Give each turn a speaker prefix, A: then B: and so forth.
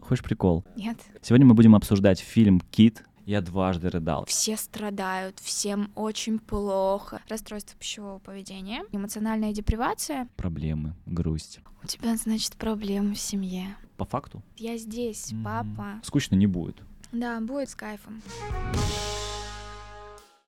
A: Хочешь прикол?
B: Нет.
A: Сегодня мы будем обсуждать фильм «Кит». Я дважды рыдал.
B: Все страдают, всем очень плохо. Расстройство пищевого поведения, эмоциональная депривация.
A: Проблемы, грусть.
B: У тебя, значит, проблемы в семье.
A: По факту?
B: Я здесь,
A: М,
B: папа.
A: Скучно не будет.
B: Да, будет с кайфом.